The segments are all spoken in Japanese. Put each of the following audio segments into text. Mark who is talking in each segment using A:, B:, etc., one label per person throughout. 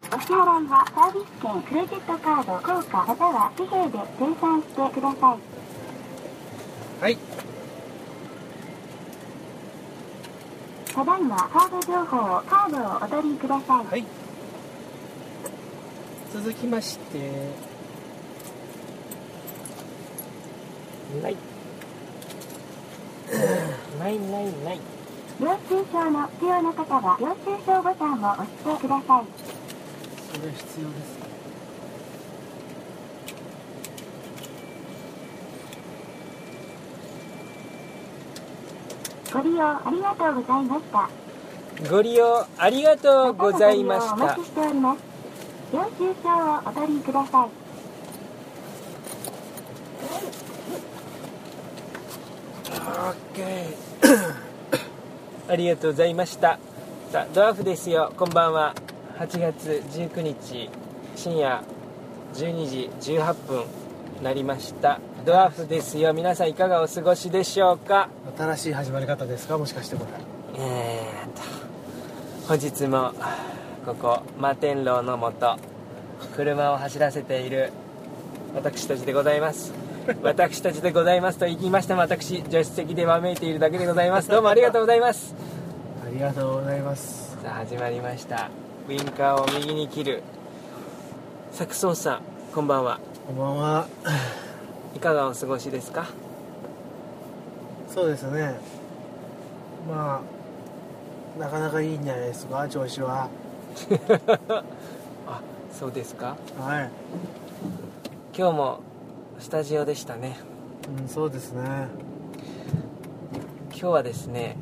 A: 支払いはサービス券、クレジットカード、硬貨、または紙幣で精算してください。
B: はい
A: ただいまカード情報、カードをお取りください。
B: はい続きましてないないないない
A: 領収書の必要な方は領収書ボタンを押してください。
B: それ必要ですね
A: ご利用ありがとうございました。
C: ご利用ありがとうございまし
A: お待
C: た
A: ちしております。領収書をお取りください。
C: ありがとうございましたさあドワーフですよこんばんは8月19日深夜12時18分なりましたドワーフですよ皆さんいかがお過ごしでしょうか
B: 新しい始まり方ですかもしかしてこれ
C: えー、と本日もここ摩天楼のもと車を走らせている私たちでございます 私たちでございますと言いましても私助手席でわめいているだけでございますどうもありがとうございます
B: ありがとうございます
C: さあ始まりましたウインカーを右に切るサクソンさんこんばんは
B: こんばんはい
C: かがお過ごしですか
B: そうですねまあなかなかいいんじゃないですか調子は
C: あそうですか
B: はい
C: 今日もスタジオでしたね
B: うんそうですね
C: 今日はですね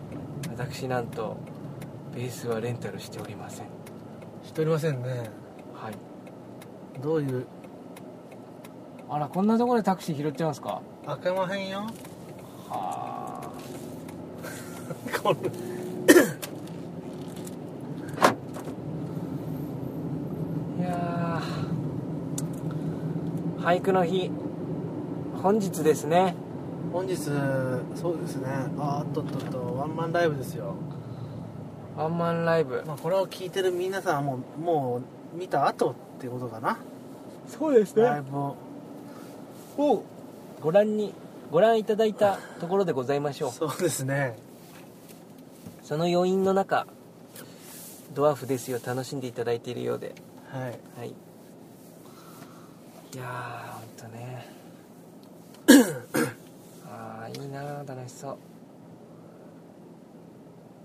C: 私なんとベースはレンタルしておりません
B: しておりませんね
C: はい
B: どういう
C: あらこんなところでタクシー拾ってますか
B: 開けまへんよ
C: は あ
B: これ
C: いやー俳句の日本日ですね
B: 本日そうですねああっとっとっとワンマンライブですよ
C: ワンマンライブ
B: まあこれを聞いてる皆さんはもうもう見た後ってことかな
C: そうです
B: ライブを
C: をご覧にご覧いただいたところでございましょう
B: そうですね
C: その余韻の中ドワーフですよ楽しんでいただいているようで
B: はい
C: はいいやーほんとね ああいいなー楽しそう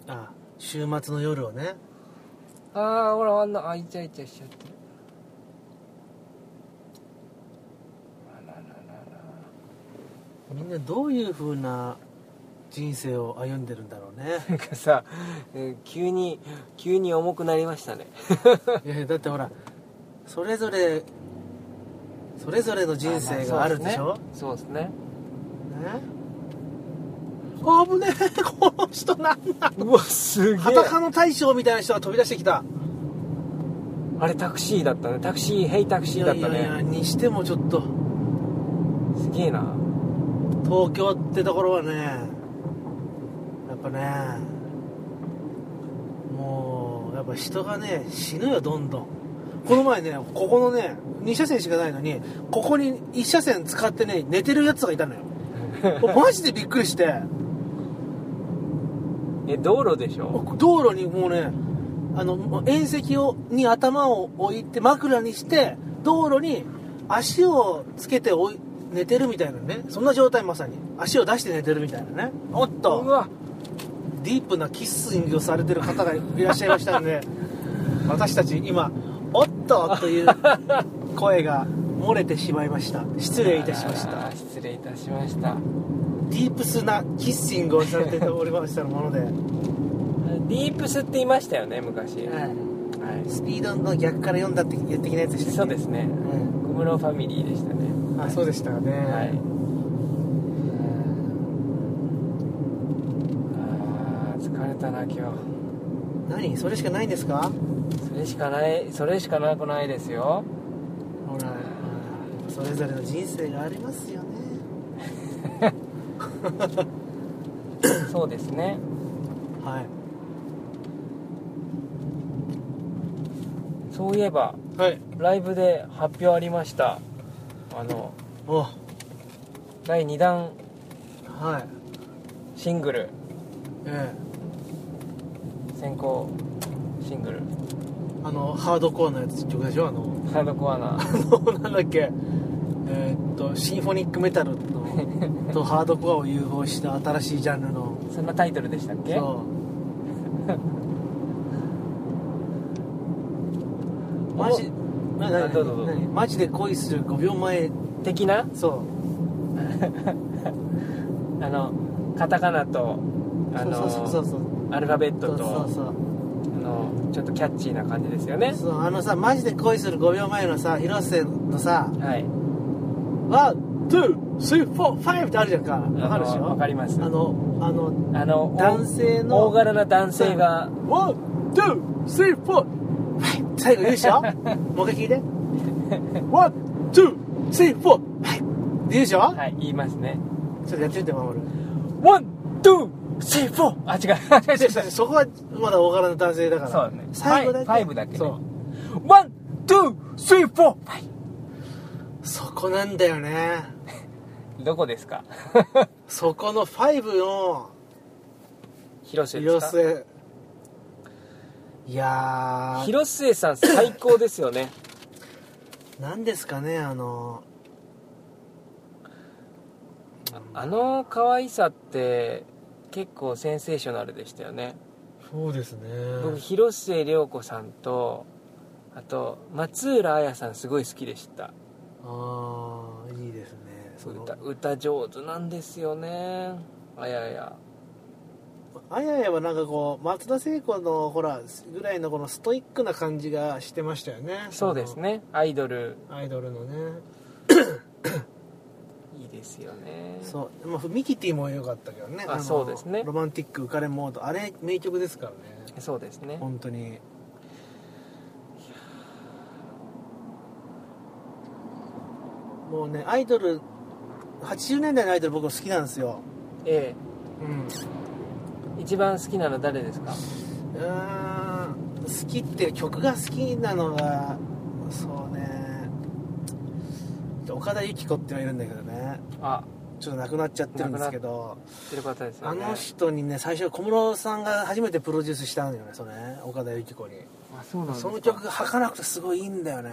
B: あ週末の夜をね
C: ああほらあんなあイチャイチャしちゃってるあららら
B: みんなどういう風な人生を歩んでるんだろ うね
C: らなんかさ、うん急に急に重くなりましたね
B: いやいやだってほらそれぞれそれぞれの人生があるでしょ、
C: そうですね
B: ねあぶねえこの人なんだ
C: うわすげえ
B: 裸の大将みたいな人が飛び出してきた
C: あれタクシーだったねタクシーヘイタクシーだったね
B: いやいやにしてもちょっと
C: すげえな
B: 東京ってところはねやっぱねもうやっぱ人がね死ぬよどんどんこの前ねここのね2車線しかないのにここに1車線使ってね寝てるやつがいた のよもうマジでびっくりして
C: え道路でしょ
B: 道路にもうねあの縁石をに頭を置いて枕にして道路に足をつけておい寝てるみたいなねそんな状態まさに足を出して寝てるみたいなねおっ
C: う
B: と
C: わ
B: ディープなキッスイングをされてる方がいらっしゃいましたんで 私たち今「おっと!」という声が漏れてしまいました失礼いたしまし
C: あ
B: た
C: らら失礼いたしました
B: ディープスなキッスイングをされておりましたもので、
C: ディープスって言いましたよね昔は
B: はい
C: い
B: スピードの逆から読んだってやってきなやつでしたっけ
C: そうですね
B: うん
C: 小室ファミリーでしたね
B: あそうでしたね、
C: はい。ああ疲れたな今
B: 何それしかないんですか
C: 日。それしかないそれしかなくないです よ。
B: ほらそれぞれの人生がありますよね
C: そうですね。
B: はい
C: そういえば
B: はい
C: ライブで発表ありましたあの
B: お
C: 第2弾
B: はい
C: シングル
B: え
C: 先行シングル
B: えあのハードコアなやつ曲でしょあの
C: ハードコアな
B: あの なんだっけえーっとシンフォニックメ タルのとハードコアを融合した新しいジャンルの
C: そんなタイトルでしたっけ
B: そうマジなな
C: あどうぞどうぞ
B: なマジで恋する5秒前
C: 的な
B: そう
C: あのカタカナとあ
B: そうそうそう
C: の
B: そう
C: アルファベッ
B: そ
C: ト
B: うそう
C: と
B: そう
C: あのちょっとキャッチーな感じですよね
B: そうあのさマジで恋する5秒前のさ広瀬のさ
C: はい
B: 「ワン・ツー・スリー・フォー・ファイブ」ってあるじゃんかわかるでし
C: あのわ
B: ょ
C: かります
B: あのあの
C: あのお
B: 男性の
C: 大柄な男性が
B: ワン、ツー、スリー、フォー。はい、最後言う でしょもう一回聞いて。ワン、ツー、スリー、フォー。はい。って言うでしょ、
C: はい言いますね
B: ちょっとやってみて、守る。
C: ワン、ツー、スリー、フォー。あ、違う。違う違う違う
B: そこはまだ大柄な男性だから。
C: そうだね
B: 最後だけ。
C: ファイファイブだけね
B: そう。
C: ワン、ツー、スリー、フォー。
B: そこなんだよね。
C: どこですか
B: そこのファイブの
C: 広末で
B: 広
C: すか
B: 末。いやー、
C: 広末さん最高ですよね。
B: なんですかね、あの、
C: あの可愛さって結構センセーショナルでしたよね。
B: そうですね。
C: 僕、広末涼子さんと、あと、松浦彩さんすごい好きでした。
B: あー、いいですね。その
C: 歌、歌上手なんですよね。あやや。
B: あややはなんかこう松田聖子のほらぐらいのこのストイックな感じがしてましたよね
C: そうですね。アイドル、
B: そのアイドルのね
C: いいですよね。
B: そう、まあ、ミキティも良かったけどね
C: あ
B: の
C: そうですね
B: ロマンティック浮かれモードあれ名曲ですからね
C: そうですね。
B: 本当にもうねアイドル80年代のアイドル僕好きなんですよ
C: え
B: うん
C: え、一番好きなの誰ですか
B: うーん好きって曲が好きなのがそうね岡田由紀子っていうのがいるんだけどね
C: あ
B: ちょっと亡くなっちゃってるんですけど、
C: ってる方ですよ
B: あ
C: ね
B: の人にね最初小室さんが初めてプロデュースしたのよねそれね岡田由紀子に
C: あそうなんです
B: そ
C: か
B: の曲が儚くてすごいいいんだよね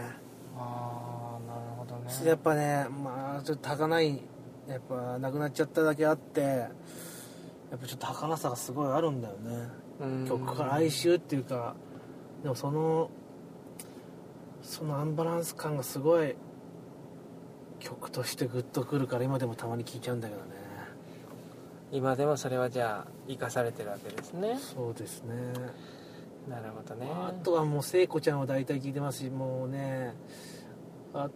C: ああなるほどね
B: やっぱねまあちょっと儚いやっぱ亡くなっちゃっただけあってやっぱちょっと儚さがすごいあるんだよね
C: うん
B: 曲から哀愁っていうかでもそのそのアンバランス感がすごい曲としてグッとくるから今でもたまに聴いちゃうんだけどね
C: 今でもそれはじゃあ生かされてるわけですね
B: そうですね
C: なるほどね
B: あとはもう聖子ちゃんを大体聴いてますしもうねあ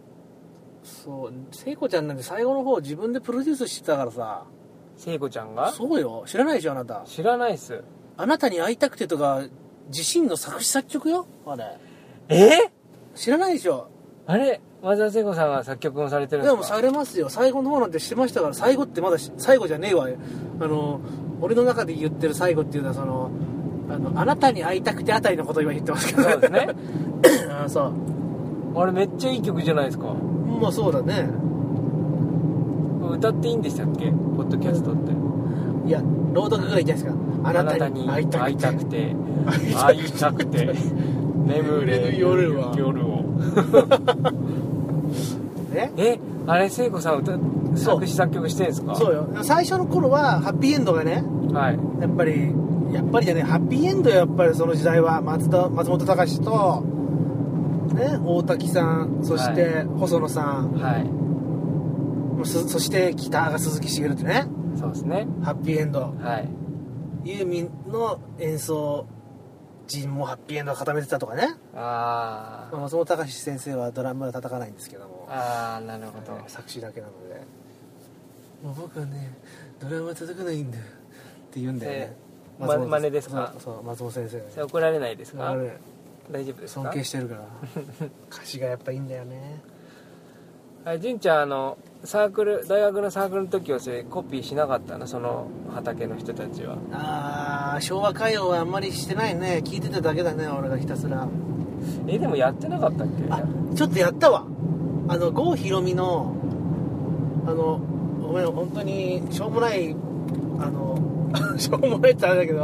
B: そう聖子ちゃんなんて最後の方自分でプロデュースしてたからさ
C: 聖子ちゃんが
B: そうよ知らないでしょあなた
C: 知らないっす
B: あなたに会いたくてとか自身の作詞作曲よあれ
C: え
B: 知らないでしょ
C: あれ松田聖子さんが作曲もされてるんで
B: です
C: か
B: もされますよ最後の方なんてしてましたから最後ってまだし最後じゃねえわあの俺の中で言ってる最後っていうのはそのあのあなたに会いたくてあたりのことを今言ってますけど
C: そうですね
B: あそ
C: あれめっちゃいい曲じゃないですか
B: うもうそうだね
C: 歌っていいんでしたっけポッドキャストって
B: いや朗読がいいじゃないですかあなたに会いたく
C: て
B: て
C: 会いたくて眠れぬ
B: 夜は
C: 夜を
B: ね
C: えあれ聖子さん歌
B: そう
C: 作詞作曲してんですか
B: そうよ最初の頃はハッピーエンドがね
C: はい
B: やっぱりやっぱりじゃねハッピーエンドよやっぱりその時代は松田松本隆と、ね、大滝さんそして細野さん、
C: はい
B: そそして北が鈴木茂ってね
C: そうですね
B: ハッピーエンド
C: はい
B: ユーミンの演奏陣もハッピーエンドを固めてたとかね
C: あー
B: 松本隆先生はドラムは叩かないんですけども
C: あーなるほど
B: 作詞だけなのでもう僕はねドラムは叩かないんだよって言うんだよね
C: え
B: 松本
C: ま真似ですか
B: そうそう松本先生
C: それ怒られないです
B: あ
C: か
B: れ
C: 大丈夫です
B: 尊
C: か
B: 敬してるから歌詞がやっぱいいんだ よね
C: あれ純ちゃんあのサークル大学のサークルの時はそれコピーしなかったのその畑の人たちは
B: ああ昭和歌謡はあんまりしてないね聞いてただけだね俺がひたすら
C: えでもやってなかったっけ
B: あちょっとやったわあの郷ひろみのあのごめん本当にしょうもないあの しょうもないってあれだけど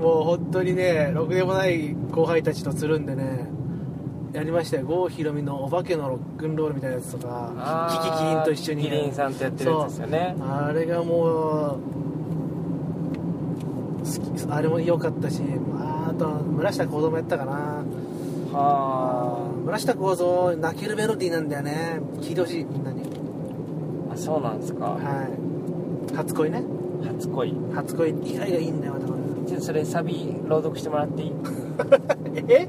B: もう本当にねろくでもない後輩たちとつるんでねやりましたよ郷ひろみのお化けのロックンロールみたいなやつとかキキキリンと一緒に、
C: キリンさんとやってるやつですよね
B: あれがもう好きあれも良かったし、まあ、あとは村下子供やったかな
C: は
B: 村下幸三泣けるメロディーなんだよね聞いてほしいみんなに
C: ああそうなんですか
B: はい初恋ね
C: 初恋
B: 初恋以外がいいんだよまたこ
C: ちょっとそれサビ朗読してもらっていい
B: れえ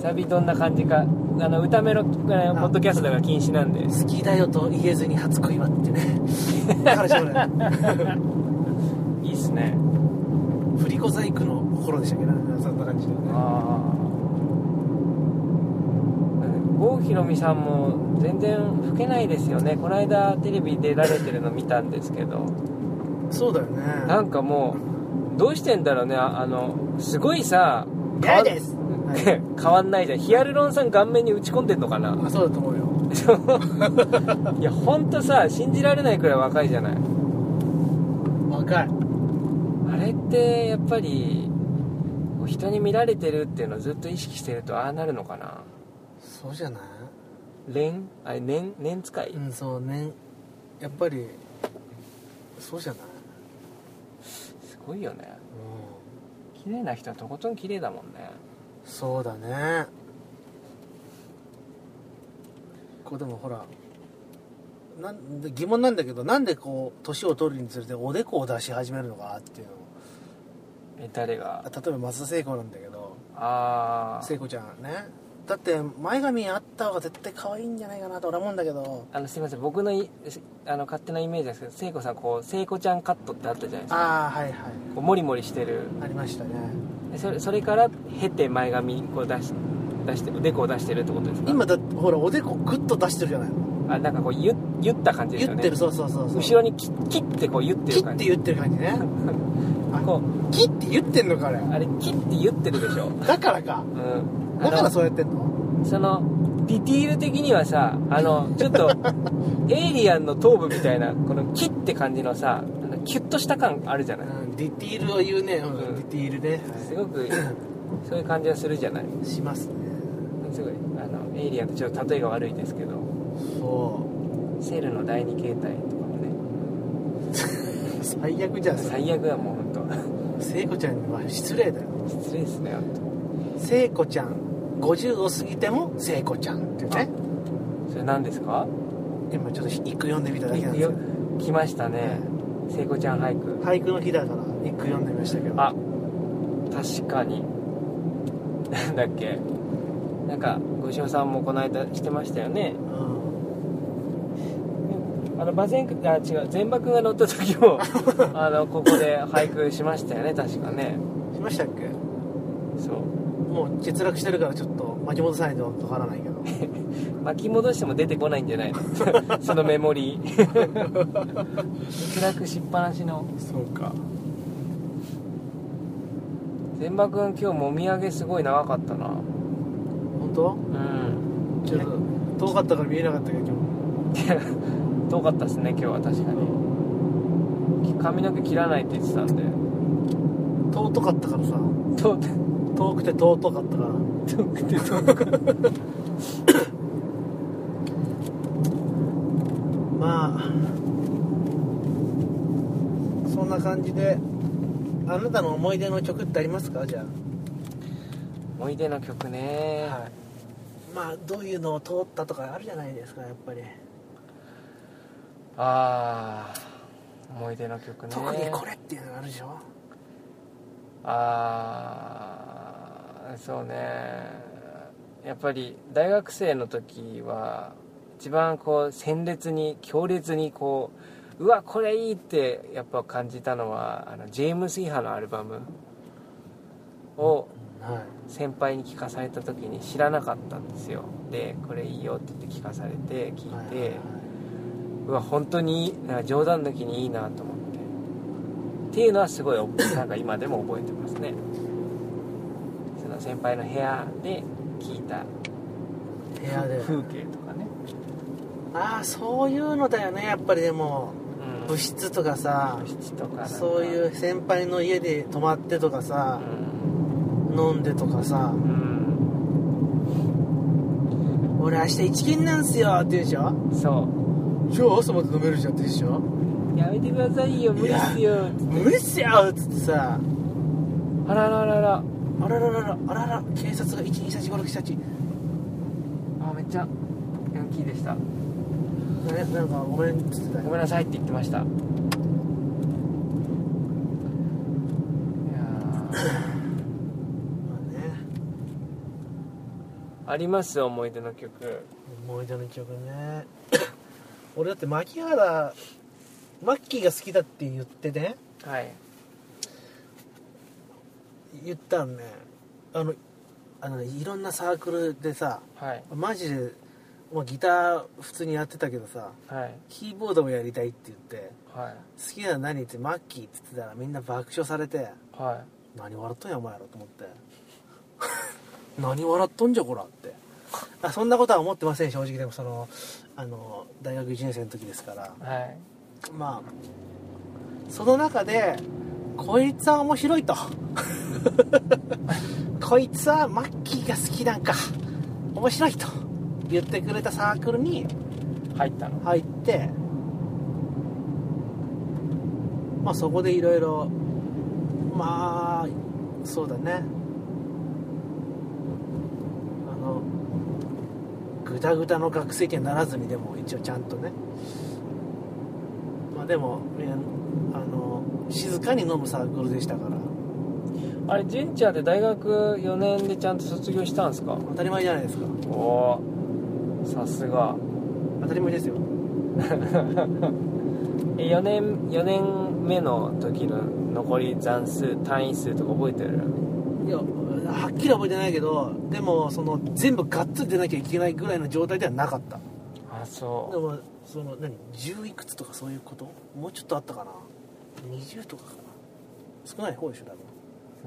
C: サビどんな感じかあの歌メロポッドキャストが禁止なんで
B: 好きだよと言えずに初恋はってねだからしょう がない
C: いいっすね
B: 振り子細工の心でしたっけなそんな感じで
C: ああ郷ひろみさんも全然老けないですよねこの間テレビ出られてるの見たんですけど
B: そうだよ
C: な
B: ね
C: んかもうどうしてんだろうねああのすごいさ変わん
B: 嫌です、はい、
C: 変わん ないじゃんヒアルロン酸顔面に打ち込んでんのかな
B: あそうだと思うよ
C: いやほんとさ信じられないくらい若いじゃない
B: 若い
C: あれってやっぱりこう人に見られてるっていうのをずっと意識してるとああなるのかな
B: そうじゃない
C: 年あれ年年使い、
B: うんそうねやっぱりそうじゃない、
C: すごいよね
B: う
C: 綺麗な人はとことん綺麗だもんね
B: ん、そうだねこうでもほらなんで疑問なんだけどなんでこう年を取るにつれておでこを出し始めるのかなっていうの
C: え誰が
B: あ例えば松田聖子なんだけど
C: ああ
B: 聖子ちゃんねだって前髪あった方が絶対可愛いんじゃないかなと俺は思うんだけど
C: あのすいません僕のいあの勝手なイメージですけど聖子さんこう聖子ちゃんカットってあったじゃないですか
B: ああはいはい
C: こうモリモリしてる
B: ありましたね
C: でそれそれから経て前髪こう出し出しておでこを出してるってことですか
B: 今だってほらおでこグッと出してるじゃないの
C: あなんかこうゆゆった感じです
B: 言
C: よ
B: っ
C: ね
B: てるそうそうそうそう
C: 後ろにき切ってこうゆって
B: 切
C: る
B: っ
C: 感
B: て
C: じ
B: 言ってる感じ ね
C: こ
B: 切って言ってんのかあれ
C: うあれ切ってゆってるでしょ
B: だからか
C: うんあ
B: だから
C: の
B: そうやってんの
C: そのディティール的にはさあのちょっ とエイリアンの頭部みたいなこの「キ」って感じのさあのキュッとした感あるじゃない
B: うんディティールを言うね、うん
C: うん
B: ディティールね、
C: すごくそういう感じはするじゃない
B: しますね
C: すごいあのエイリアンってちょっと例えが悪いですけど
B: そ
C: セルの第二形態とかもね
B: う最悪じゃん
C: 最悪だもん本
B: 聖子ちゃんには失礼だよ
C: 当 失礼ですね本
B: 聖子ちゃん50を過ぎても聖子ちゃんっていうね
C: 当それ何ですか
B: 今ちょっと一句読んでみただけなんです
C: よ
B: けど
C: 来ましたね聖子ちゃん俳句
B: 俳句の日だから一句読んでみましたけど
C: あ確かに なんだっけなんかご一緒さんもこの間してましたよね
B: うん
C: あの馬前くあ違う全馬くんが乗った時 もあのここで俳句しましたよね確かね
B: しましたっけ
C: そう
B: もう欠落してるからちょっと巻き戻さないとわからないけど
C: 巻き戻しても出てこないんじゃないの そのメモリー 暗くしっぱなしの
B: そうか
C: 全馬くん今日もみあげすごい長かったな
B: 本当
C: うん
B: ちょっと遠かったから見えなかったけど今日
C: 遠かったですね今日は確かに髪の毛切らないって言ってたんで
B: 尊かったからさ
C: 遠く
B: 遠くて尊かったから
C: 遠くて遠く
B: まあそんな感じであなたの思い出の曲ってありますかじゃ
C: 思い出の曲
B: あ、
C: ね、
B: い、まあどういうのを通ったとかあるじゃないですかやっぱり、
C: ああ思い出の曲ね
B: 特にこれっていうのがあるでしょ
C: ああそうねやっぱり大学生の時は一番こう鮮烈に強烈にこううわこれいいってやっぱ感じたのはあのジェームス・イハのアルバムを
B: はい
C: 先輩に聞かされた時に知らなかったんですよでこれいいよって言って聞かされて聞いて、うわ本当にいいなんか冗談抜きにいいなと思ってっていうのはすごいおなんか今でも覚えてますねその先輩の部屋で聞いた
B: 部屋で
C: 風景とかね、
B: ああそういうのだよねやっぱりでも
C: うん
B: 部室とかさ
C: 部室とかなんか、
B: そういうう先輩の家で泊まってとかさ
C: ん
B: 飲んでとかさ
C: うん、
B: 俺明日一軒なんすよって言うでしょ
C: そ
B: じゃあ朝まで飲めるじゃんって言うでしょ
C: うやめてくださいよ無理っすよ
B: 無理っすよっつってさ
C: あらららら
B: あららららあらら警察が12345678
C: あめっちゃヤンキーでした
B: ねなんかごめんっつってた
C: ご
B: よ
C: めんなさいって言ってましたいやー
B: まあね
C: あります思い出の曲
B: 思い出の曲ね 俺だって牧原マッキーが好きだって言ってね
C: はい
B: 言ったんねあのあのねいろんなサークルでさ
C: はい
B: マジで、まあ、ギター普通にやってたけどさ
C: はい
B: キーボードもやりたいって言って
C: はい
B: 好きなの何ってマッキーって言ってたらみんな爆笑されて
C: は
B: 何笑っとんやお前らと思って 何笑っとんじゃこらってあそんなことは思ってません正直でもそのあの大学1年生の時ですから
C: いはい
B: まあその中でこいつは面白いと こいつはマッキーが好きなんか面白いと言ってくれたサークルに
C: 入ったの
B: 入ってまあそこでいろいろまあそうだねあのグダグダの学生にはならずにでも一応ちゃんとねまあでもみんなあの静かに飲むサークルでしたから
C: あれ純ちゃんって大学4年でちゃんと卒業したんですか
B: 当たり前じゃないですか
C: おおさすが
B: 当たり前ですよ
C: え4年4年目の時の残り残数単位数とか覚えてる
B: いやはっきり覚えてないけどでもその全部がっつり出なきゃいけないぐらいの状態ではなかった
C: あ
B: で
C: そ
B: もその何10いくつとかそういうこともうちょっとあったかな20とかかな少ない方でしょ多
C: う、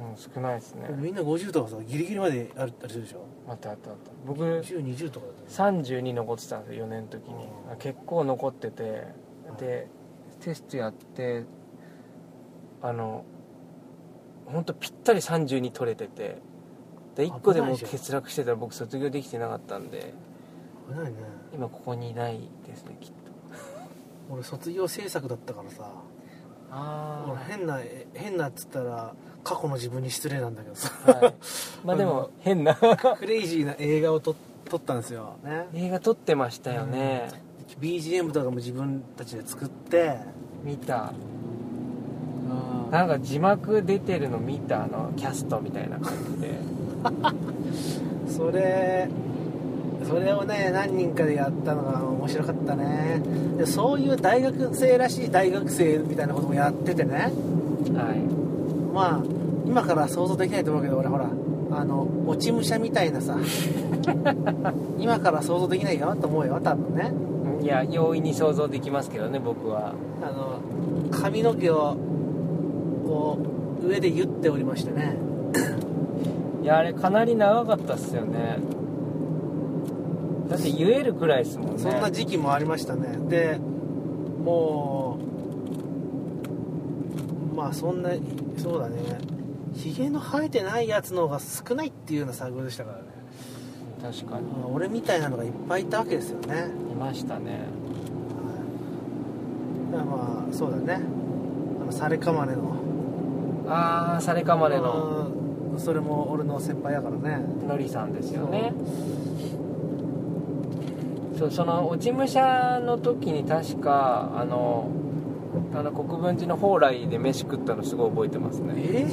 C: うん、少ないですね
B: 分、みんな50とかさギリギリまであるあれするでしょ
C: あったあったあった僕
B: 1020とかだったね
C: 32残ってたんですよ4年の時に
B: う
C: 結構残っててでテストやってあの本当ぴったり32取れててで1個で
B: 危な
C: も
B: いじゃん
C: 欠落してたら僕卒業できてなかったんで
B: 危ないね
C: 今ここにいないですねきっと
B: 俺卒業制作だったからさ俺
C: あ
B: 変なえ変なっつったら過去の自分に失礼なんだけどさ
C: あ、はい、まあでも変 な
B: クレイジーな映画 を撮撮ったんですよね
C: 映画撮ってましたよね、
B: BGM とかも自分たちで作って
C: 見た
B: あ
C: なんか字幕出てるの見たあのキャストみたいな感じで
B: それそれをね何人かでやったのが面白かったねでそういう大学生らしい大学生みたいなこともやっててね
C: はい
B: まあ今から想像できないと思うけど俺ほらあの落ち武者みたいなさ今から想像できないよと思うよ多分ね
C: いや容易に想像できますけどね僕は
B: あの髪の毛をこう上で言っておりましてね
C: いやあれかなり長かったっすよねだって言えるくらいっすもんね
B: そんな時期もありましたねでもうまあそんなそうだねひげの生えてないやつの方が少ないっていうようなサークルでしたからね、
C: 確か
B: まあ俺みたいなのがいっぱいいたわけですよね、はい
C: にいましたね
B: だからまあそうだねあのサレカマネの
C: ああサレカマネの
B: うんそれも俺の先輩やからね
C: のりさんですよねそうその落ち武者の時に確かあのあの国分寺の蓬莱で飯食ったのすごい覚えてますね
B: え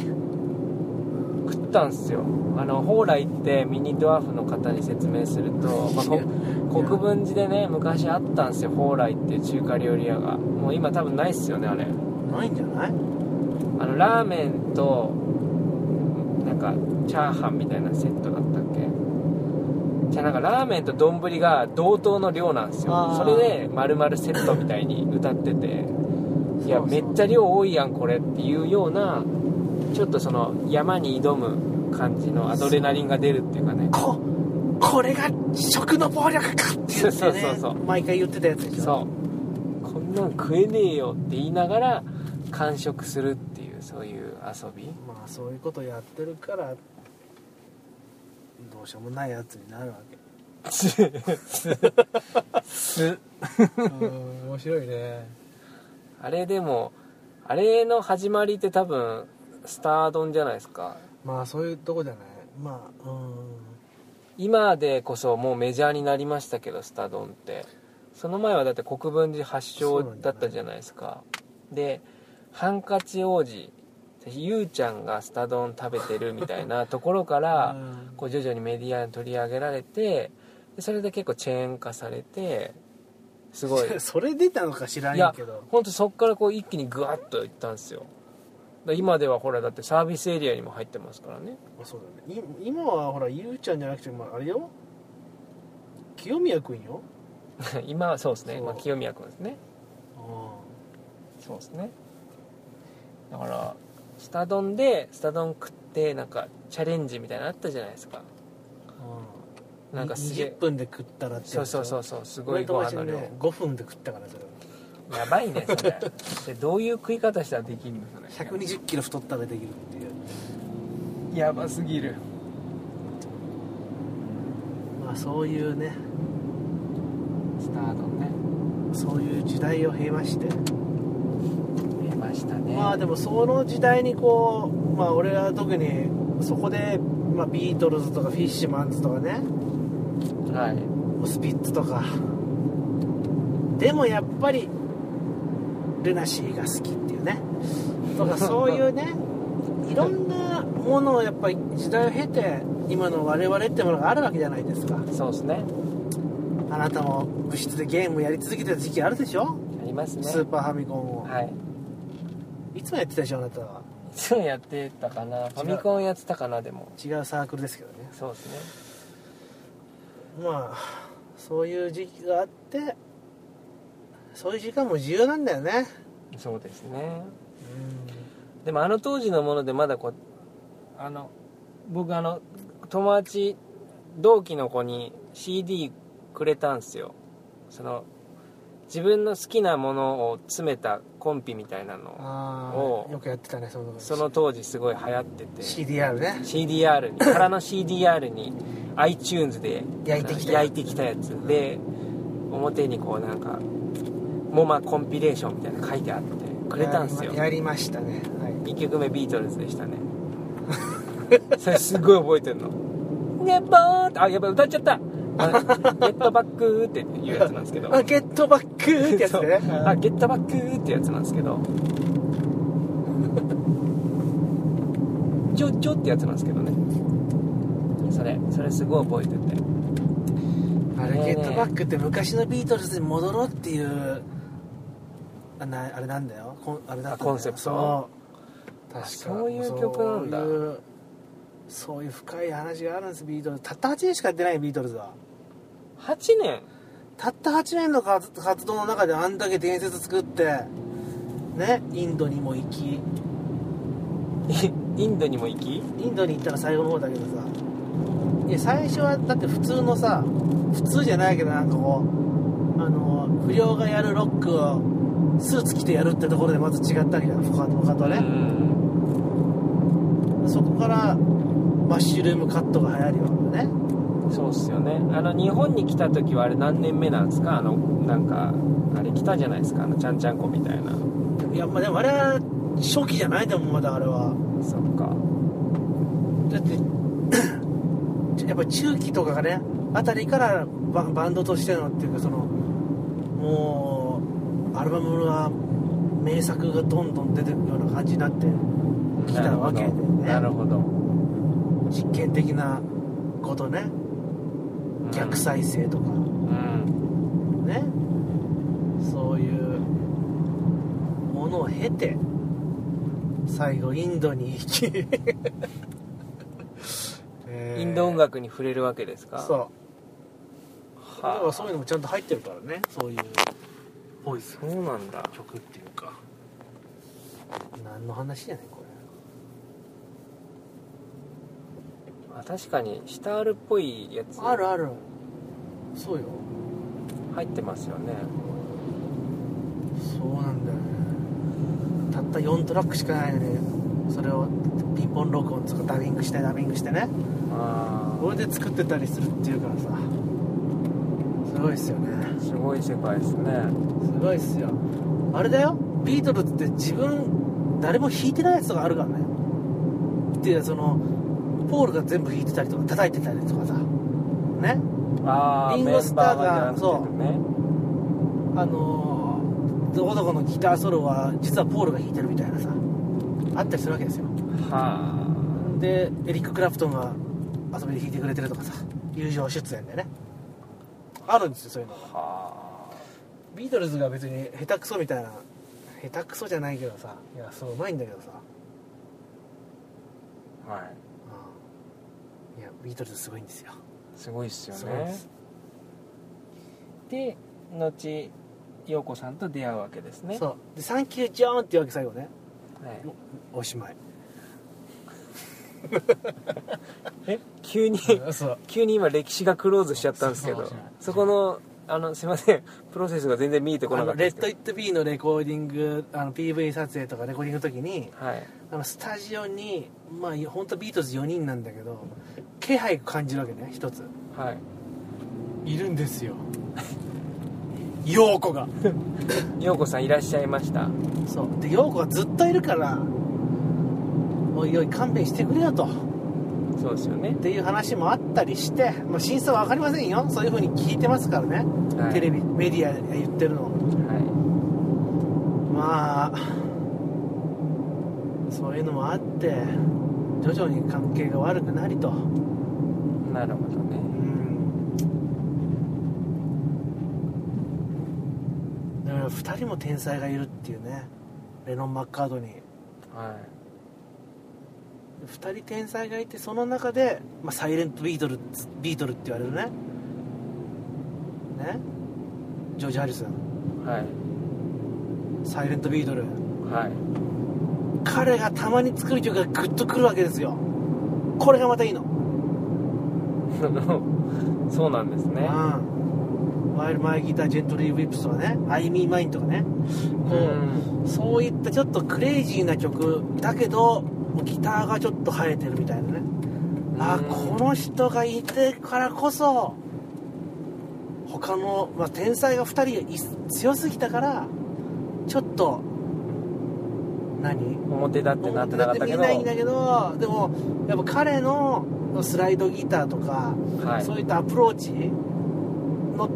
C: 食ったんすよあの蓬莱ってミニドワーフの方に説明すると、まあこ国分寺でね昔あったんすよ蓬莱っていう中華料理屋がもう今多分ないっすよねあれ
B: ないんじゃない
C: あのラーメンとなんかチャーハンみたいなセットだったっけじゃあなんかラーメンと丼が同等の量なんですよ
B: あ
C: そ
B: ー
C: れで丸々セットみたいに歌ってていや
B: そうそ
C: め
B: う
C: っちゃ量多いやんこれっていうようなちょっとその山に挑む感じのアドレナリンが出るっていうかね
B: ここれが食の暴力かって言って、ね、
C: そうそうそう
B: 毎回言ってたやつでしょ
C: そうこんなん食えねえよって言いながら完食するっていうそういう遊び
B: まあそういうことやってるからどうしようもないやつになるわけ
C: すす
B: 面白いね
C: あれでもあれの始まりって多分スター丼じゃないですか
B: まあそういうとこじゃないまあうん
C: 今でこそもうメジャーになりましたけどスタ丼ってその前はだって国分寺発祥だったじゃないですかでハンカチ王子ゆうちゃんがスタ丼食べてるみたい なところから
B: うん
C: こう徐々にメディアに取り上げられてでそれで結構チェーン化されてすごい
B: それ出たの か知らん
C: い
B: や
C: や
B: けど
C: 本当そっからこう一気にグワッといったんですよだから今ではほらだってサービスエリアにも入ってますからね
B: あそうだねい今はほらゆうちゃんじゃなくて、まあ、あれよ清宮君よ、
C: 今はそうですね
B: そう
C: まあ、清宮君ですね
B: う
C: そうですねだからスタ丼でスタ丼食ってなんかチャレンジみたいなのあったじゃないですか
B: んうん、
C: なんかすげ
B: 20
C: え
B: 分で食ったらって
C: そうそうそううそうすごいご飯の量
B: 5分で食ったからそれ
C: やばいねそれでどういう食い方したらできるのそれ
B: 1 2 0キロ太ったらできるっていう
C: やばすぎる
B: まあそういうね
C: スタートね
B: そういう時代を経まして、
C: 出ましたね
B: まあでもその時代にこうまあ俺は特にそこで、まあ、ビートルズとかフィッシュマンズとかね
C: はい
B: スピッツとかでもやっぱりルナシーが好きっていうねとかそういうねいろんなものをやっぱり時代を経て今の我々ってものがあるわけじゃないですか
C: そうですね
B: あなたも部室でゲームやり続けてた時期あるでしょ、
C: ありますね
B: スーパーファミコンを、
C: はい
B: い、つもやってたでしょあなたはい
C: つやってたかなファミコンやってたかなでも
B: 違うサークルですけどね
C: そうですね
B: まあそういう時期があってそういう時間も重要なんだよね
C: そうですね
B: うん
C: でもあの当時のものでまだこうあの僕あの友達同期の子に CD くれたんですよその自分の好きなものを詰めたコンピみたいなの
B: あ
C: を
B: あよくやってたねその
C: その当時すごい流行ってて
B: CDR ね
C: CDR に空の CDR に iTunes で
B: 焼いてきた
C: 焼いてきたやつで表にこうなんかモマコンピレーションみたいなの書いてあってくれたんですよ
B: やりまやりましたねはい
C: 1曲目ビートルズでしたね それすごい覚えてるの「ゲッバーってあやばい歌っちゃった「 あのゲットバック」っていうやつなんですけど
B: あゲットバックーってやつね
C: そうあゲットバックーってやつなんですけどちょちょってやつなんですけどねそれそれすごい覚えてて
B: あれ
C: ね
B: ゲットバックって昔のビートルズに戻ろうっていうあなあれなんだよコンあれだ
C: あ
B: ったんだよ
C: コンセプト
B: そう確か
C: そういう曲なんだ
B: そういうそういう深い話があるんですビートルズたった8年しかやってないビートルズは
C: 8年
B: たった8年の活活動の中であんだけ伝説作ってねインドにも行き
C: いインドにも行き
B: インドに行ったら最後の方だけどさいや最初はだって普通のさ普通じゃないけどなんかこうあの不良がやるロックをスーツ着てやるってところでまず違ったわけじゃん他と他と
C: う
B: ね、
C: ん
B: そこからマッシュルームカットが流行るようなね
C: そうっすよねあの日本に来た時はあれ何年目なんですかあのなんかあれ来たじゃないですかあのちゃんちゃんこみたいない
B: やまあでもあれは初期じゃないでもんまだあれは
C: そっか
B: だって ちょやっぱ中期とかがねあたりからババンドとしてのっていうかそのもうアルバムは名作がどんどん出てくるような感じになって来たわけだよね
C: なるほどなるほ
B: 実験的なことね
C: ど
B: 逆再生とか
C: うん
B: ね、そういうものを経て最後インドに行きねえ
C: インド音楽に触れるわけですか
B: そうだ
C: は
B: か
C: あ
B: らそういうのもちゃんと入ってるからねそういうボイス
C: そうなんだ
B: 曲っていうか何の話やねんこれ
C: ああ確かに下あるっぽいやつ
B: あるあるそうよ
C: 入ってますよね
B: そうなんだよねたった4トラックしかないのにそれをピンポン録音とかダビングしてダビングしてね
C: あ
B: これで作ってたりするっていうからさすごいっすよね
C: あすごい世界ですね
B: すごいっすよあれだよビートルズって自分誰も弾いてないやつとかあるからねっていうそのポールが全部弾いてたりとか叩いてたりとかさね
C: ああ
B: リンゴスターがそう
C: うね
B: あのー、どこどこのギターソロは実はポールが弾いてるみたいなさあったりするわけですよ
C: は
B: でエリック・クラプトンが遊びで弾いてくれてるとかさ友情出演でねあるんですよそういうの
C: あは
B: ビートルズが別に下手くそみたいな下手くそじゃないけどさいやそううまいんだけどさ、
C: あはい
B: うんいやビートルズすごいんですよ
C: すごいっすよ
B: すごいで
C: ね
B: す
C: で後陽子さんと出会うわけですね
B: そうで「サンキュージョーン」っていうわけ最後ね
C: はい
B: おおし まい
C: え急に
B: そう
C: 急に今歴史がクローズしちゃったんですけ
B: そ
C: ど
B: う
C: そ
B: そうそう
C: このあのすいませんプロセスが全然見えてこな
B: あ
C: かっ
B: の
C: た
B: レ
C: です
B: ッド・イ
C: け
B: ット・ビーのレコーディングあの PV 撮影とかレコーディングの時に
C: どはい
B: あのスタジオにまあ本当ビートルズ4人なんだけど気配感じるわけね一つ
C: はい
B: いるんですよ 陽子が
C: 陽子さんいらっしゃいました
B: そうで陽子がずっといるからおいおい勘弁してくれよと
C: そうですよね
B: っ、ていう話もあったりして、まあ、真相は分かりませんよそういうふうに聞いてますからね、
C: はい、
B: テレビメディアで言ってるの
C: は
B: まあそういうのもあって徐々に関係が悪くなりと
C: いなるほどね
B: うんだから2人も天才がいるっていうねレノン・マッカートニー
C: は
B: 2人天才がいてその中で、まあ、サイレントビートルビートルって言われるねねジョージ・ハリスン
C: いはい
B: サイレントビートル
C: はい
B: 彼がたまに作る曲がグッとくるわけですよこれがまたいいの、
C: あのそうなんです
B: う
C: ね
B: ん「ワイルマイギタージェントリー・ウィップス」とかね「アイ・ミー・マイン」とかねこう、
C: うん
B: そういったちょっとクレイジーな曲だけどギターがちょっと生えてるみたいなねあ
C: うん
B: この人がいてからこそ他の、まあ、天才が2人がい強すぎたからちょっと何
C: 表立ってなってなかったけど
B: 見えないんだけどでもやっぱ彼のスライドギターとか、
C: はい
B: そういったアプローチの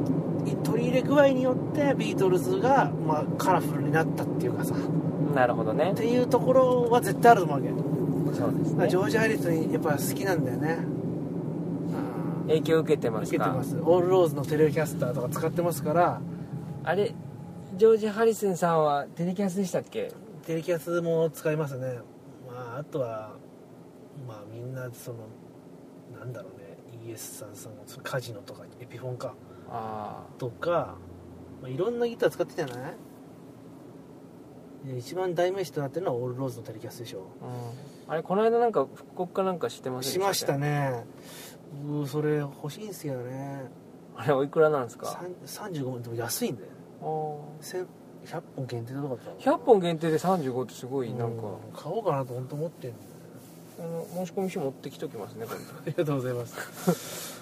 B: 取り入れ具合によってビートルズが、まあ、カラフルになったっていうかさ
C: なるほどね
B: っていうところは絶対あると思うわけ、
C: そうですね
B: ジョージ・ハリスにやっぱ好きなんだよねうん
C: 影響受けてます
B: 受
C: か
B: けてますオールローズのテレキャスターとか使ってますから
C: あれジョージ・ハリスンさんはテレキャスでしたっけ
B: テレキャスも使いますねまああとはまあみんなそのなんだろうね ES33 のカジノとかエピフォンか
C: あ
B: とか、まあ、いろんなギター使ってたんじゃないで一番代名詞となってるのはオールローズのテレキャスでしょ
C: あ、うん、あれこの間なんか復刻かなんかしてませんで
B: しました
C: ね
B: ねうーそれ欲しいんすけどね
C: あれおいくらなんですか
B: さん35万でも安いんだよね
C: あー
B: 1000 100本限定とかだったのかな
C: 100本限定で35ってすごいなんか、
B: うん買おうかなと本当思ってんのよ
C: あの申し込み書持ってきときますねこれ
B: ありがとうございます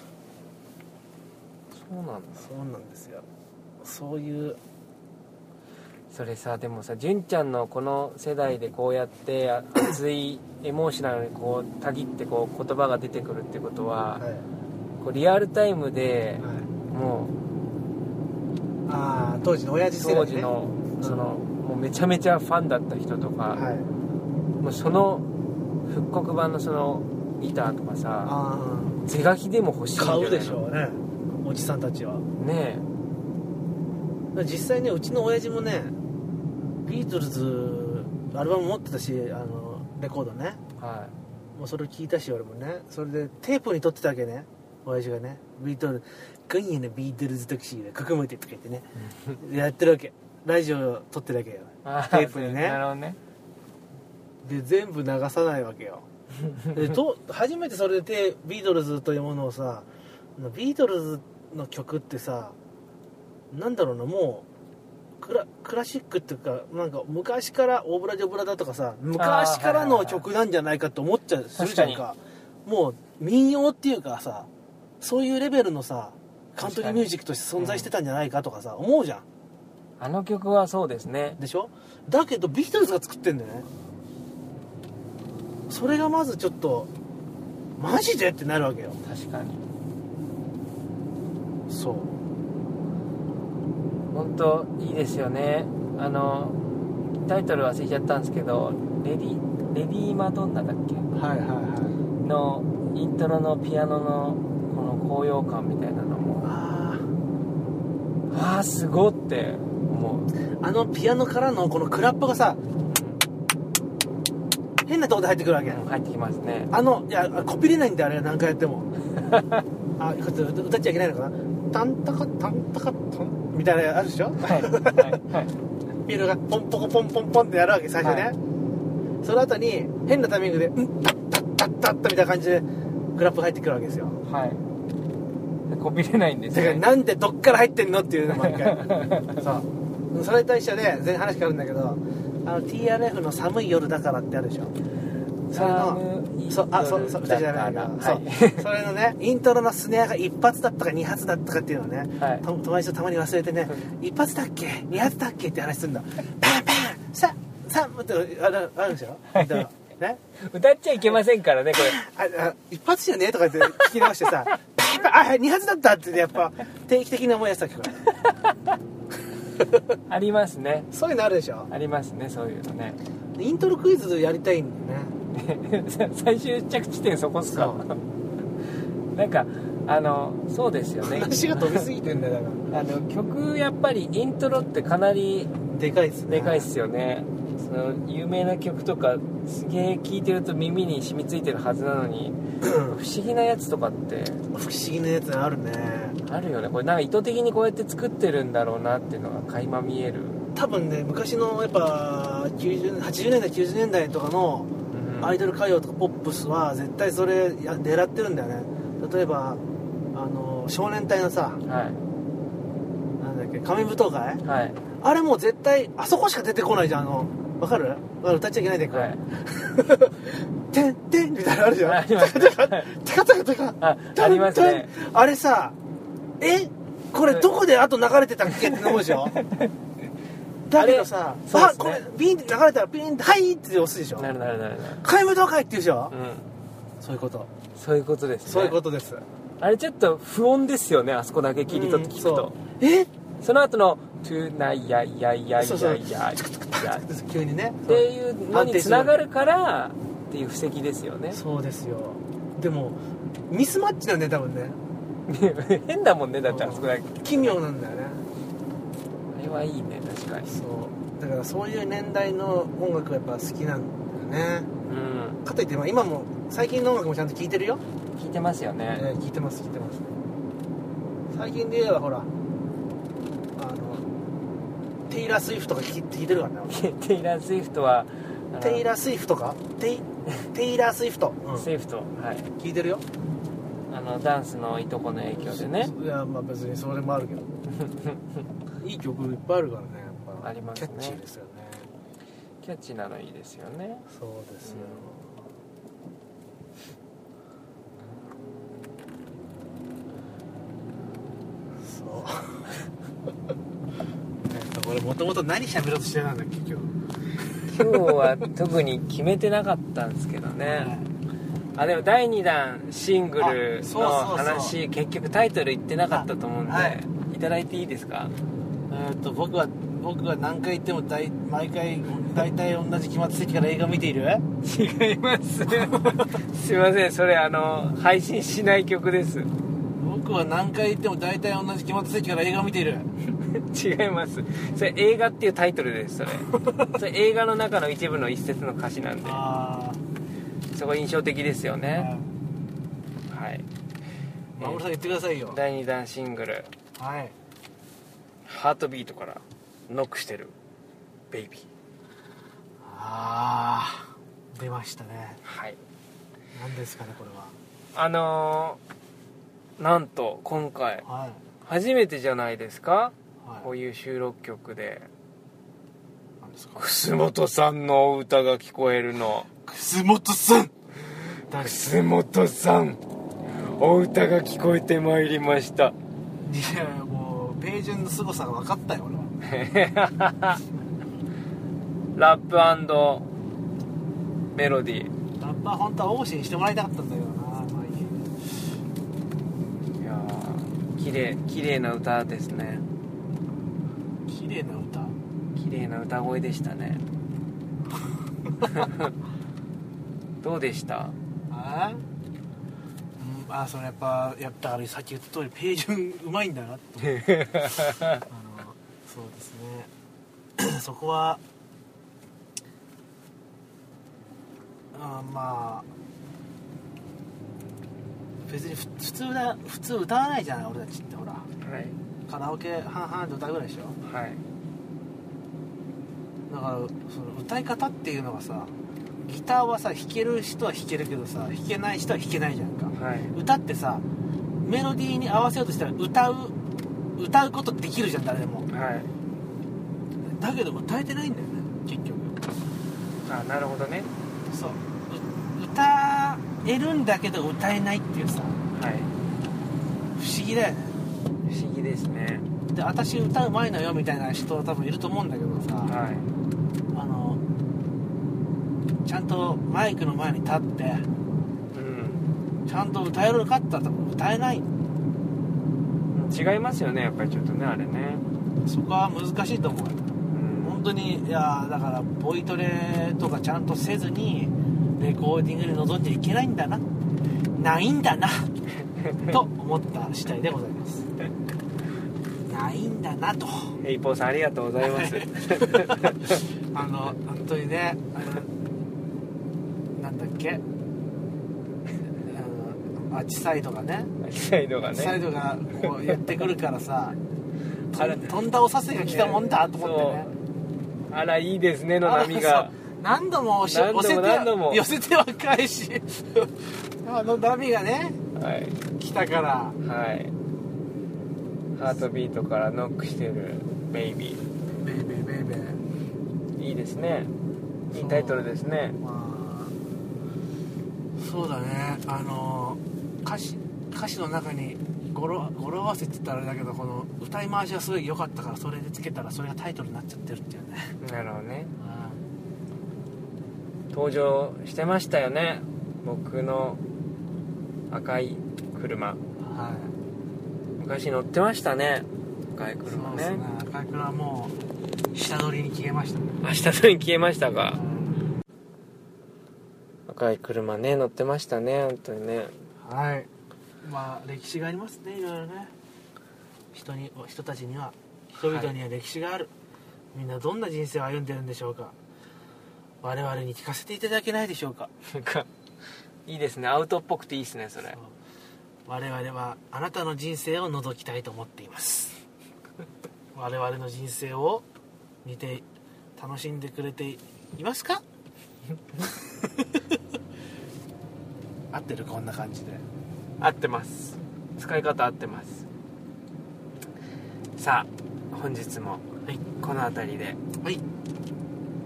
C: そうなんだ
B: そうなんですよそういう
C: それさでもさ純ちゃんのこの世代でこうやってあ熱いエモーショナルにこうたぎってこう言葉が出てくるってことは、
B: はい
C: こうリアルタイムで
B: はい
C: も
B: ああ当時の親
C: う
B: 父世代、ね、
C: 当時のそのもうめちゃめちゃファンだった人とか、
B: はい
C: もうその復刻版のそのギターとかさ
B: あ
C: 是が非でも欲しいん
B: あ
C: じゃない
B: 買
C: の
B: うでしょうねおじさんたちは
C: ね
B: 実際ねうちの親父もねビートルズアルバム持ってたしあのレコードね
C: えは
B: もうそれを聞いたし俺もねそれでテープに撮ってたわけね親父がねビートルズ「今夜のビートルズ特集がここまで」とか言ってねやってるわけラジオを撮ってるわけよ
C: いあ
B: テープにね
C: なるほどね
B: で全部流さないわけよ でどう初めてそれでビートルズというものをさビートルズの曲ってさなんだろうなもうクラクラシックっていうかなんか昔から「オブラジオブラだ」とかさ昔からの曲なんじゃないかと思っちゃうするじゃんかもう民謡っていうかさそういうレベルのさカントリーミュージックとして存在してたんじゃないかとかさ、思うじゃん
C: あの曲はそうですね
B: でしょだけどビートルズが作ってんだよねそれがまずちょっとマジでってなるわけよ
C: 確かに
B: そう
C: 本当いいですよねあのタイトル忘れちゃったんですけどレディレディー・マドンナだっけ
B: はいはいはい
C: のイントロのピアノのこの高揚感みたいなのも
B: あ
C: ああすごって思う
B: ーあのピアノからのこのクラップがさ変なとこで入ってくるわけ
C: 入ってきますね
B: あのいやこびれないんだよあれ何回やっても あこれ歌歌っちゃいけないのかなタンタカタンタカタンみたいなのあるでしょ
C: はいはいはい
B: ピアノがポンポコポンポンポンってやるわけ最初ね、
C: はい
B: その後に変なタイミングで「うんタッタッタッタッタ」みたいな感じでグラップが入ってくるわけですよ
C: はいでこびれないんです
B: だから
C: ね
B: なんでどっから入ってんのっていうの毎回そうそれと一緒で全然話変わるんだけどあの TRF の「寒い夜だから」ってあるでしょそれのそうあそうそう歌じゃないな、
C: は
B: そうそれのねイントロのスネアが一発だったか二発だったかっていうのをね
C: い、はい
B: と友達とたまに忘れてね一発だっけ二発だっけって話すんだパンパンささってあるあるでしょ、
C: はい
B: イントロね
C: 歌っちゃいけませんからねこれ
B: ああ一発じゃねえとか言って聞き直してさ パンパンあはい二発だったってやっぱ定期的な思い出したから
C: ありますね
B: そういうのあるでしょ
C: ありますねそういうのね
B: イントロクイズやりたいんだよね
C: 最終着地点そこっすか
B: そ
C: なんかあのそうですよね
B: 話が飛びすぎてんだよだか
C: あの曲やっぱりイントロってかなり
B: らでかいっすね
C: でかいっすよねその有名な曲とかすげえ聴いてると耳に染みついてるはずなのに不
B: うん
C: 思議なやつとかって
B: 不思議なやつあるね
C: あるよねこれなんか意図的にこうやって作ってるんだろうなっていうのが垣間見える、
B: 多分ね昔のやっぱ90 80年代90年代とかのアイドル歌謡とかポップスは絶対それや狙ってるんだよね例えばあの少年隊の
C: は
B: さなんだっけ仮面舞踏会
C: いはい
B: あれもう絶対あそこしか出てこないじゃんあのわかるわかる歌っちゃいけないでこ
C: は
B: れ
C: い
B: 「てんてん」みたいなのあるじゃん
C: ありますね
B: テカテカテカ
C: あありますね
B: あれさえこれどこであと流れてたっけって思うでしょ だけど
C: あれ
B: さ「
C: そう
B: あ
C: です
B: こ
C: ね
B: れビンって流れたらピンって「はい!」って押すでしょ
C: なるなるなるなる
B: 「買い物高い」って言うでしょ、
C: うん
B: そういうこと
C: そういうことですね
B: そういうことです、
C: あれちょっと不穏ですよねあそこだけ切り取って聞くと、
B: うんそうえ
C: その後の「トゥーナイヤイヤイヤイ
B: そう
C: ヤ
B: そう
C: イヤイヤイ」
B: 急にね
C: っていうのにつながるからっていう布石ですよね
B: そうですよでもミスマッチなんだよ多分ね
C: 変だもんねだってあそこだけ
B: 奇妙なんだよね
C: あれはいいね確かに
B: そうだからそういう年代の音楽がやっぱ好きなんだよね
C: うん
B: かといってまあ今も最近の音楽もちゃんと聴いてるよ
C: 聞いてますよね、
B: えー聞いてます聞いてます最近で言えばほらあのテイラー・スウィフトが聞い聞いてるからね俺
C: テイラー・スウィフトはあの
B: テイラー・スウィフトかテイテイラー・スウィフト、うん
C: スウィフトはい
B: 聞いてるよ
C: あのダンスのいとこの影響でね
B: いやまあ別にそれも あるけどいい曲いっぱいあるからねやっぱ
C: ありますね
B: キャッチーですよね
C: キャッチーなのいいですよね
B: そうですよ、そうこれもともと何喋ろうとしてたんだっけ今
C: 今日は特に決めてなかったんですけどね
B: 日
C: あでも第2弾シングル
B: あそう
C: の
B: そうそう
C: 話結局タイトル言ってなかったと思うんで、
B: あはいい、
C: ただいていいですか
B: えっと僕は僕は何回言っても大毎回大体同じ決まった席から映画見ている
C: 違います すいませんそれあの配信しない曲です
B: 僕は何回言っても大体同じ決まった席から映画見ている
C: 違いますそれ映画っていうタイトルですそれそれ映画の中の一部の一節の歌詞 なんで
B: あ
C: そこ印象的ですよ
B: あ
C: ねはい
B: 守さん言ってくださいよ
C: 第2弾シングル
B: はい
C: 「ハートビートからノックしてるベイビー
B: ああ出ましたね」
C: はい
B: 何ですかねこれは
C: あのーなんと今回
B: はい
C: 初めてじゃないですか
B: はい
C: こういう収録曲で
B: 何ですか
C: 楠本さんのお歌が聞こえるの
B: 楠本さん誰い
C: 楠本さんお歌が聞こえてまいりました
B: やもうペイジュンの凄さが分かったよ俺は
C: ラップメロディー
B: ラッパー本当はオーシンしてもらいたかったんだけどなまあいい
C: いやー綺麗綺麗な歌ですね
B: 綺麗な歌
C: 綺麗な歌声でした ねどうでした
B: あーうんあーそれやっぱやっぱだからさっき言った通りページュンうまいんだ なってあのそうですね そこはあーまあ別にふ普通だ普通歌わないじゃない俺たちってほら
C: はい
B: カラオケ半々で歌うぐらいでしょ
C: はい
B: だからその歌い方っていうのがさギターはさ弾ける人は弾けるけどさ弾けない人は弾けないじゃんか
C: はい
B: 歌ってさメロディーに合わせようとしたら歌う歌うことできるじゃん誰でも
C: はい
B: だけど歌えてないんだよね結局
C: あなるほどね
B: そうう歌えるんだけど歌えないっていうさ
C: はい
B: 不思議だよね
C: 不思議ですね
B: で私歌うまいのよみたいな人多分いると思うんだけどさ
C: は
B: あのちゃんとマイクの前に立って
C: いうん
B: ちゃんと歌えるかって言ったら多分歌えない
C: 違いますよねやっぱりちょっとねあれね
B: そこは難しいと思うよ
C: うん
B: 本当にいやーだからボイトレとかちゃんとせずにレコーディングに臨んじゃいけないんだなないん だなと思った次第でございますないんだなと
C: ヘイポーさんありがとうございます
B: あの本当にねあのなんだっけあのアチサイドがね
C: サイドが
B: アチサイ
C: ね
B: ドがこうやってくるからさと
C: あれ
B: とんだお刺せが来たもんだと思ってね
C: あらいいですねの波
B: あ
C: が
B: そう何度も押し
C: 何度も
B: 寄せ
C: 何度も
B: て寄せては返しあの波がね
C: はい
B: 来たから
C: はいハートビートからノックしてるベイビ
B: ベイベイベイベイ
C: ーいいですねいい
B: そう
C: タイトルですね
B: まあそうだねあの歌詞歌詞の中に語呂語呂合わせって言ったらあれだけどこの歌い回しがすごい良かったからそれでつけたらそれがタイトルになっちゃってるっていうね
C: なるほどね登場してましたよね僕の赤い車
B: はい
C: 昔乗ってましたね赤い
B: そ
C: 車
B: うですね
C: ね
B: 赤倉はもう下取りに消えましたね
C: 明日それに消えました
B: は
C: が
B: い
C: 赤い車ね乗ってましたね本当にね
B: はいまあ歴史がありますねいろいろね人に人たちには人々には歴史がある、みんなどんな人生を歩んでるんでしょうか我々に聞かせていただけないでしょうか
C: なんかいいですねアウトっぽくていいですねそれ
B: 我々はあなたの人生を覗きたいと思っています 我々の人生を見て楽しんでくれていますか 合ってるこんな感じで
C: 合ってます使い方合ってますさあ本日も
B: はい
C: この辺りで
B: はい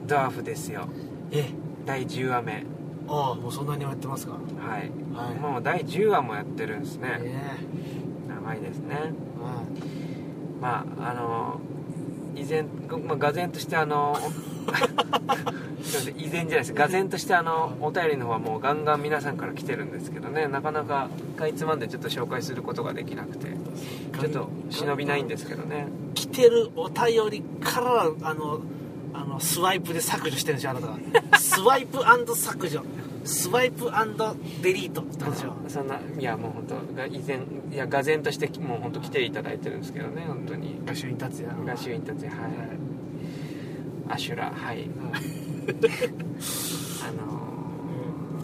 C: ドワーフですよ
B: ええ
C: 第10話目
B: ああもうそんなにやってますか
C: はい、
B: はい
C: もう第10話もやってるんですね
B: え
C: 長いですね
B: えはい
C: まああの依然、まあ、がぜとしてあ のすいません依然じゃないですがぜとしてあのお便りの方はもうガンガン皆さんから来てるんですけどねなかなかかいつまんでちょっと紹介することができなくてちょっと忍びないんですけどね
B: 来てるお便りからあのあのスワイプで削除してるんでしょあなたがスワイプ削除スワイプデリートってことでしょ
C: そんないやもう本当が依然いやがぜとしてもう本当来ていただいてるんですけどね本当に
B: ガシュイン達也
C: ガシュインたちはいアシュラはいあの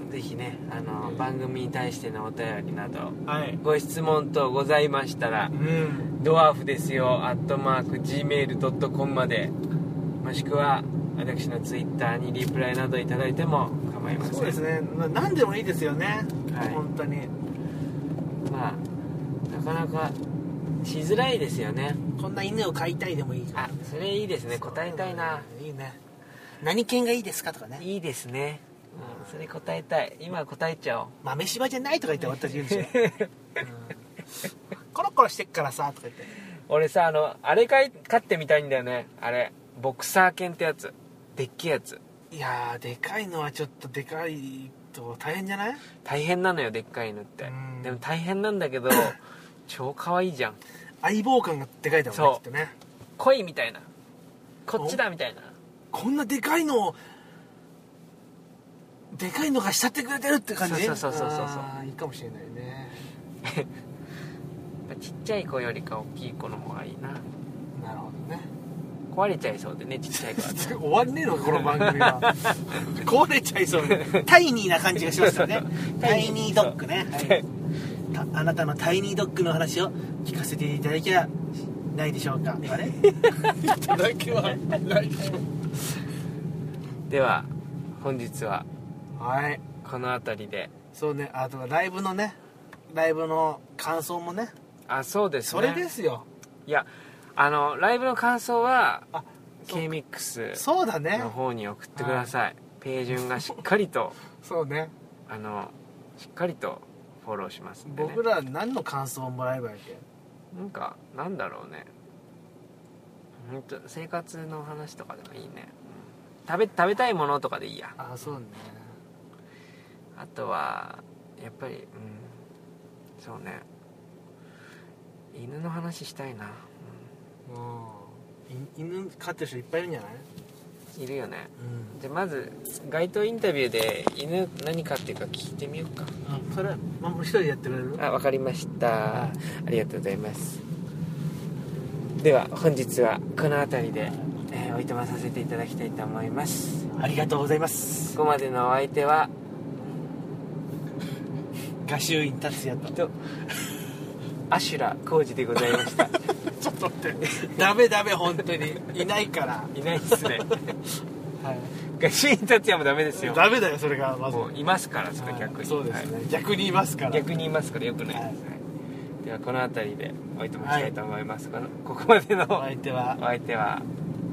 C: ーぜひね、あのー番組に対してのお便りなど
B: はい
C: ご質問等ございましたら
B: うん
C: ドワーフですよアットマーク Gmail.com までもしくは私のツイッターにリプライなどいただいても構思います
B: そうですね、まあ、何でもいいですよね、
C: はい
B: 本当に
C: まあなかなかしづらいですよね
B: こんな犬を飼いたいでもいいから
C: あそれいいですね答えたいない
B: いね何犬がいいですかとかね
C: いいですね、うん、それ答えたい今答えちゃおう
B: 豆柴じゃないとか言って私言うんですよ、うんコロコロしてっからさとか言って
C: 俺さあのあれかい飼ってみたいんだよねあれボクサー犬ってやつでっけえやつ
B: いやーでかいのはちょっとでかいと大変じゃない
C: 大変なのよでっかい犬って
B: うん
C: でも大変なんだけ ど超可愛いじゃん
B: 相棒感がでかいだろうね
C: そう
B: きっとね
C: 恋みたいなこっちだみたいな
B: こんなでかいのをでかいのが慕ってくれてるって感じ
C: そうそうそうそうそう
B: あーいいかもしれないね
C: ちっちゃい子よりか大きい子の方がいいな
B: なるほどね
C: 壊れちゃいそうでねちっちゃい子だと
B: 終わんねえのかこの番組は 壊れちゃいそうねタイニーな感じがします よねタイニードッグね、はいたあなたのタイニードッグの話を聞かせていただきゃ ないでしょうかあれいただけはないでしょう
C: では本日は
B: はい
C: この辺りで
B: そうねあとはライブのねライブの感想もね
C: あそうです
B: そ
C: ね
B: れですよ
C: いやあのライブの感想は
B: あ
C: k m i x
B: そうだね
C: の方に送ってくださいページ順がしっかりと
B: そうね
C: あのしっかりとフォローしますんで、ね、
B: 僕ら何の感想をもらえばいいけ
C: なんかなんだろうね本当生活の話とかでもいいねうん食べ食べたいものとかでいいや
B: ああそうね
C: あとはやっぱりうんそうね犬の話したいな、
B: うんい犬飼ってる人いっぱいいるんじゃない、
C: うんいるよね
B: う
C: じゃあまず街頭インタビューで犬何かっていうか聞いてみようか
B: ん、それまあもう一人でやってくれる
C: あわかりましたありがとうございますでは本日はこの辺りで、えーおいとまさせていただきたいと思います
B: ありがとうございます
C: ここまでのお相手は
B: 画集員達也と
C: とアシュラ浩二でございました
B: ちょっと待って ダメダメ本当にい ないから、
C: いないっすね
B: はい、
C: ガシン達也もダメですよ
B: ダメだよそれがまず
C: もういますからそれ逆
B: は
C: に
B: いそうですね、
C: は
B: 逆にいますから
C: い逆にいますからよくないです、
B: はい
C: はいではこの辺りでおいとましたいと思います、このここまでの
B: お
C: お
B: 相手は、
C: 相手は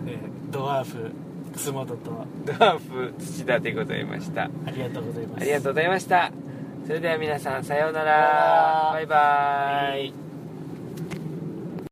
B: えードワーフ楠本と
C: ドワーフ土田でございました
B: ありがとうございます
C: ありがとうございましたそれでは皆さんさようなら
B: さようなら
C: バイバイ、
B: はい